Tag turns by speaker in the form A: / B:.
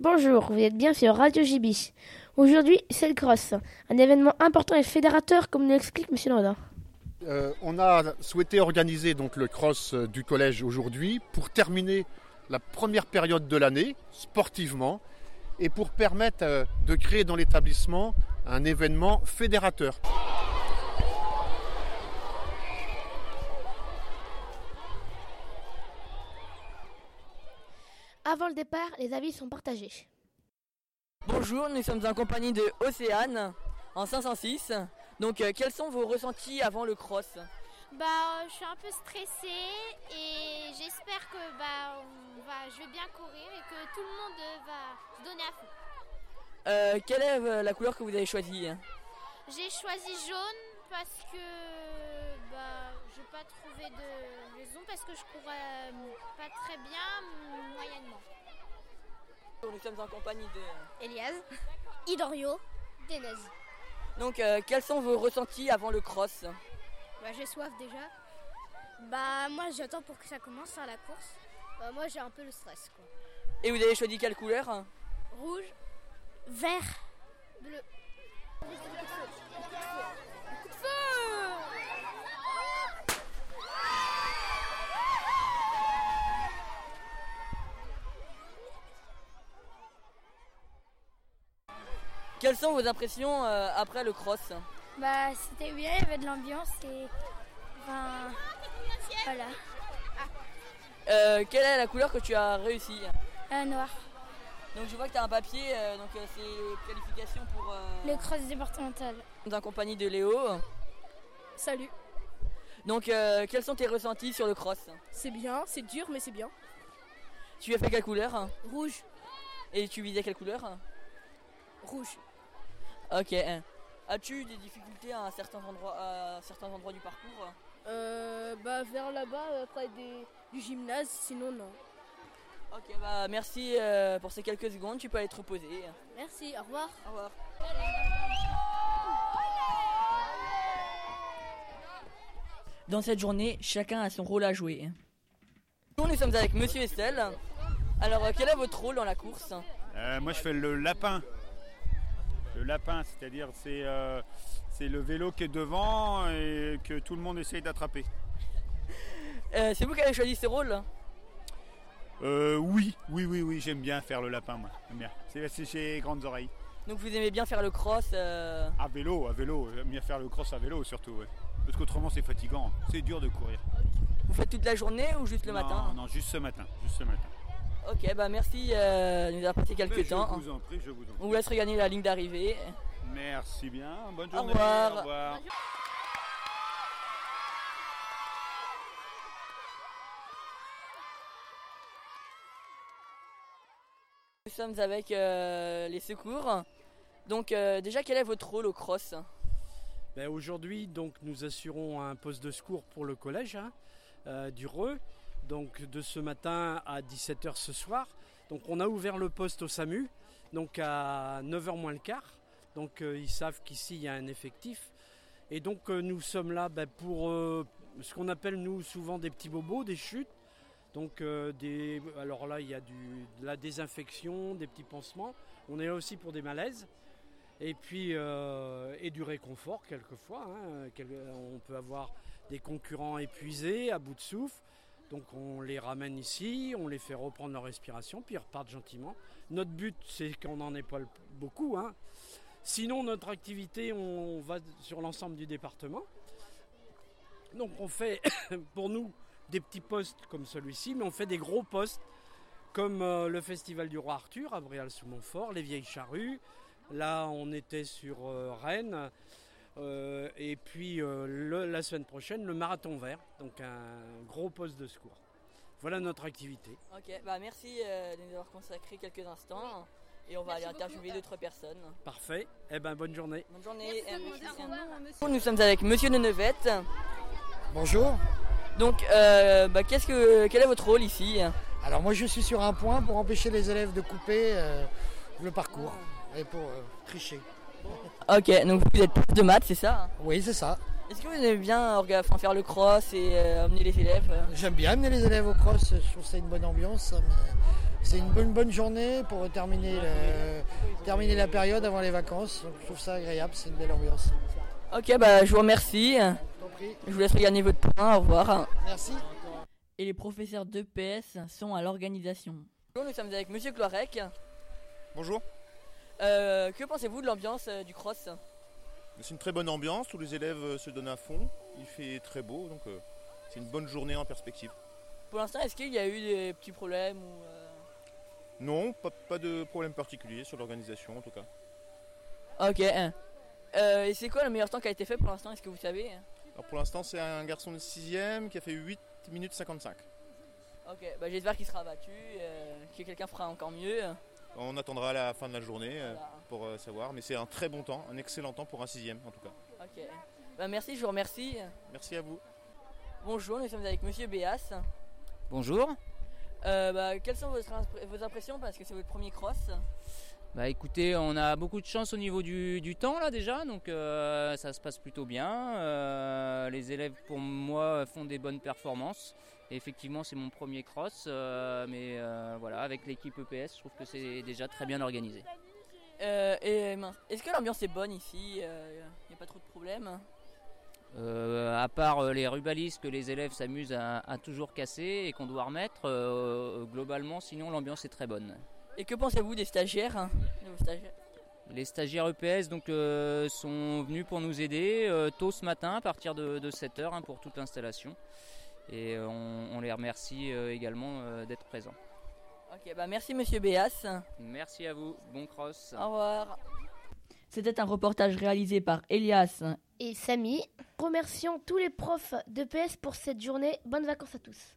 A: Bonjour, vous êtes bien sur Radio JB. Aujourd'hui, c'est le cross, un événement important et fédérateur, comme nous l'explique Monsieur Landin.
B: Euh, on a souhaité organiser donc le cross euh, du collège aujourd'hui pour terminer la première période de l'année sportivement et pour permettre euh, de créer dans l'établissement un événement fédérateur.
A: Avant le départ, les avis sont partagés.
C: Bonjour, nous sommes en compagnie de Océane en 506. Donc, euh, quels sont vos ressentis avant le cross
D: Bah, euh, je suis un peu stressée et j'espère que bah, on va, je vais bien courir et que tout le monde euh, va se donner à fond.
C: Euh, Quelle est euh, la couleur que vous avez choisie
D: J'ai choisi jaune parce que bah, je n'ai pas trouvé de raison parce que je courais euh, pas très bien mm, moyennement.
C: Nous sommes en compagnie de.
E: Elias, Idorio, Denez.
C: Donc, euh, quels sont vos ressentis avant le cross
E: Bah, j'ai soif déjà. Bah, moi j'attends pour que ça commence à la course. Bah, moi j'ai un peu le stress quoi.
C: Et vous avez choisi quelle couleur
E: Rouge, vert, bleu.
C: Quelles sont vos impressions euh, après le cross
F: Bah c'était bien, il y avait de l'ambiance et enfin voilà,
C: Euh, Quelle est la couleur que tu as réussi
F: Euh, noir.
C: Donc, je vois que tu as un papier, euh, donc euh, c'est qualification pour. euh,
F: Le cross départemental.
C: Nous sommes en compagnie de Léo.
G: Salut,
C: Donc, euh, quels sont tes ressentis sur le cross
G: c'est bien, c'est dur mais c'est bien.
C: Tu as fait quelle couleur
G: Rouge,
C: Et tu visais quelle couleur
G: rouge.
C: Ok. hein. As-tu eu des difficultés à certains endroits, à certains endroits du parcours
G: Euh, bah vers là-bas, près des, du gymnase, sinon non.
C: Ok, bah merci euh, pour ces quelques secondes. Tu peux aller te reposer.
G: Merci, au revoir.
C: Au revoir. Dans cette journée, chacun a son rôle à jouer. Nous sommes avec Monsieur Estelle. Alors, euh, quel est votre rôle dans la course
H: Euh, moi, je fais le lapin. Le lapin, c'est-à-dire c'est euh, c'est le vélo qui est devant et que tout le monde essaye d'attraper.
C: Euh, C'est vous qui avez choisi ce rôle
H: Euh, oui, oui, oui, oui, j'aime bien faire le lapin, moi. J'aime bien. C'est parce que j'ai grandes oreilles.
C: Donc vous aimez bien faire le cross. euh,
H: À vélo, à vélo. J'aime bien faire le cross à vélo, surtout. ouais. Parce qu'autrement, c'est fatigant. C'est dur de courir.
C: Vous faites toute la journée ou juste le
H: non,
C: matin hein.
H: Non, juste ce matin. Juste ce matin.
C: Ok, bah merci euh, de nous avoir passé
H: Mais
C: quelques
H: je
C: temps. hein.
H: vous en prie, je vous en
C: On
H: prie.
C: vous laisse regagner la ligne d'arrivée.
H: Merci bien. Bonne
C: Au
H: journée.
C: revoir. Nous sommes avec euh, les secours. Donc euh, déjà, quel est votre rôle au cross
I: Ben, Aujourd'hui, donc, nous assurons un poste de secours pour le collège hein, euh, du Reux, donc de ce matin à 17h ce soir. Donc, on a ouvert le poste au SAMU, donc à 9h moins le quart. Donc, euh, ils savent qu'ici, il y a un effectif. Et donc, euh, nous sommes là ben, pour euh, ce qu'on appelle, nous, souvent des petits bobos, des chutes. Donc, euh, des, alors là, il y a du, de la désinfection, des petits pansements. On est là aussi pour des malaises et puis euh, et du réconfort quelquefois. hein. Quel- on peut avoir des concurrents épuisés, à bout de souffle. Donc on les ramène ici, on les fait reprendre leur respiration, puis ils repartent gentiment. Notre but, c'est qu'on n'en ait pas le- beaucoup. hein. Sinon, notre activité, on va sur l'ensemble du département. Donc on fait pour nous des petits postes comme celui-ci, mais on fait des gros postes comme euh, le Festival du Roi Arthur à Brial-sous-Montfort, les Vieilles Charrues, Là, on était sur euh, Rennes. Euh, et puis euh, le- la semaine prochaine, le marathon vert, donc un gros poste de secours. Voilà notre activité.
C: Ok, bah merci euh, de nous avoir consacré quelques instants. Et on va aller interviewer d'autres personnes.
I: Parfait. Eh ben, bonne journée.
C: Bonne journée. euh, merci, Christian. Nous sommes avec Monsieur Nenevette.
J: Bonjour.
C: Donc, euh, bah, qu'est-ce que, quel est votre rôle ici
J: Alors moi je suis sur un point pour empêcher les élèves de couper euh, le parcours et pour euh, tricher.
C: Ok, donc vous êtes prof de maths, c'est ça hein
J: Oui c'est ça.
C: Est-ce que vous aimez bien orga- enfin, faire le cross et euh, emmener les élèves
J: J'aime bien amener les élèves au cross, je trouve ça une bonne ambiance, mais C'est une bonne, bonne journée pour terminer, le- terminer la période avant les vacances. Donc, je trouve ça agréable, c'est une belle ambiance.
C: Ok, bah je vous remercie. Je vous laisse regarder votre point, au revoir.
J: Merci.
C: Et les professeurs d'EPS sont à l'organisation. Bonjour, nous sommes avec Monsieur Cloirec.
K: Bonjour.
C: Euh, que pensez-vous de l'ambiance euh, du cross
K: C'est une très bonne ambiance, tous les élèves euh, se donnent à fond, il fait très beau, donc euh, c'est une bonne journée en perspective.
C: Pour l'instant, est-ce qu'il y a eu des petits problèmes ou, euh,
K: Non, pas, pas de problème particulier sur l'organisation en tout cas.
C: Ok. Euh, et c'est quoi le meilleur temps qui a été fait pour l'instant Est-ce que vous savez hein?
K: Alors pour l'instant c'est un garçon de 6ème qui a fait 8 minutes 55.
C: Ok, bah j'espère qu'il sera battu, euh, que quelqu'un fera encore mieux.
K: On attendra la fin de la journée euh, pour euh, savoir, mais c'est un très bon temps, un excellent temps pour un 6ème en tout cas.
C: Ok. Bah merci, je vous remercie.
K: Merci à vous.
C: Bonjour, nous sommes avec Monsieur Béas.
L: Bonjour.
C: Euh, bah, quelles sont vos, impr- vos impressions parce que c'est votre premier cross
L: Bah écoutez, on a beaucoup de chance au niveau du, du temps là déjà, donc euh, ça se passe plutôt bien. Euh, les élèves pour moi font des bonnes performances. Et effectivement, c'est mon premier cross, euh, mais euh, voilà, avec l'équipe EPS, je trouve que c'est déjà très bien organisé.
C: Euh, et mince, est-ce que l'ambiance est bonne ici Il n'y a pas trop de problèmes
L: Euh, à part euh, les rubalises que les élèves s'amusent à, à toujours casser et qu'on doit remettre, euh, globalement, sinon l'ambiance est très bonne.
C: Et que pensez-vous des stagiaires, hein, de vos stagiaires
L: Les stagiaires EPS donc, euh, sont venus pour nous aider euh, tôt ce matin à partir de, 7h pour toute l'installation. Et euh, on, on les remercie euh, également euh, d'être présents.
C: Ok, bah merci Monsieur Béas.
L: Merci à vous, bon cross.
C: Au revoir. C'était un reportage réalisé par Elias.
A: Et Samy, remercions tous les profs de PS pour cette journée. Bonnes vacances à tous.